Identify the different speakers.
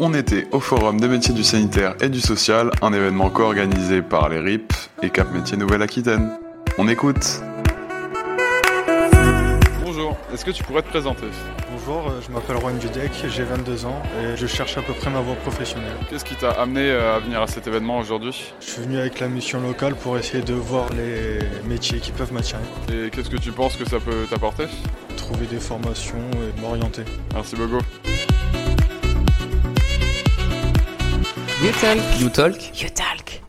Speaker 1: On était au Forum des métiers du sanitaire et du social, un événement co-organisé par les RIP et Cap Métiers Nouvelle-Aquitaine. On écoute Bonjour, est-ce que tu pourrais te présenter
Speaker 2: Bonjour, euh, je m'appelle Juan Dudek, j'ai 22 ans et je cherche à peu près ma voie professionnelle.
Speaker 1: Qu'est-ce qui t'a amené euh, à venir à cet événement aujourd'hui
Speaker 2: Je suis venu avec la mission locale pour essayer de voir les métiers qui peuvent m'attirer,
Speaker 1: Et qu'est-ce que tu penses que ça peut t'apporter
Speaker 2: trouver des formations et m'orienter.
Speaker 1: Merci beaucoup.
Speaker 3: New Talk.
Speaker 4: You Talk
Speaker 5: You Talk.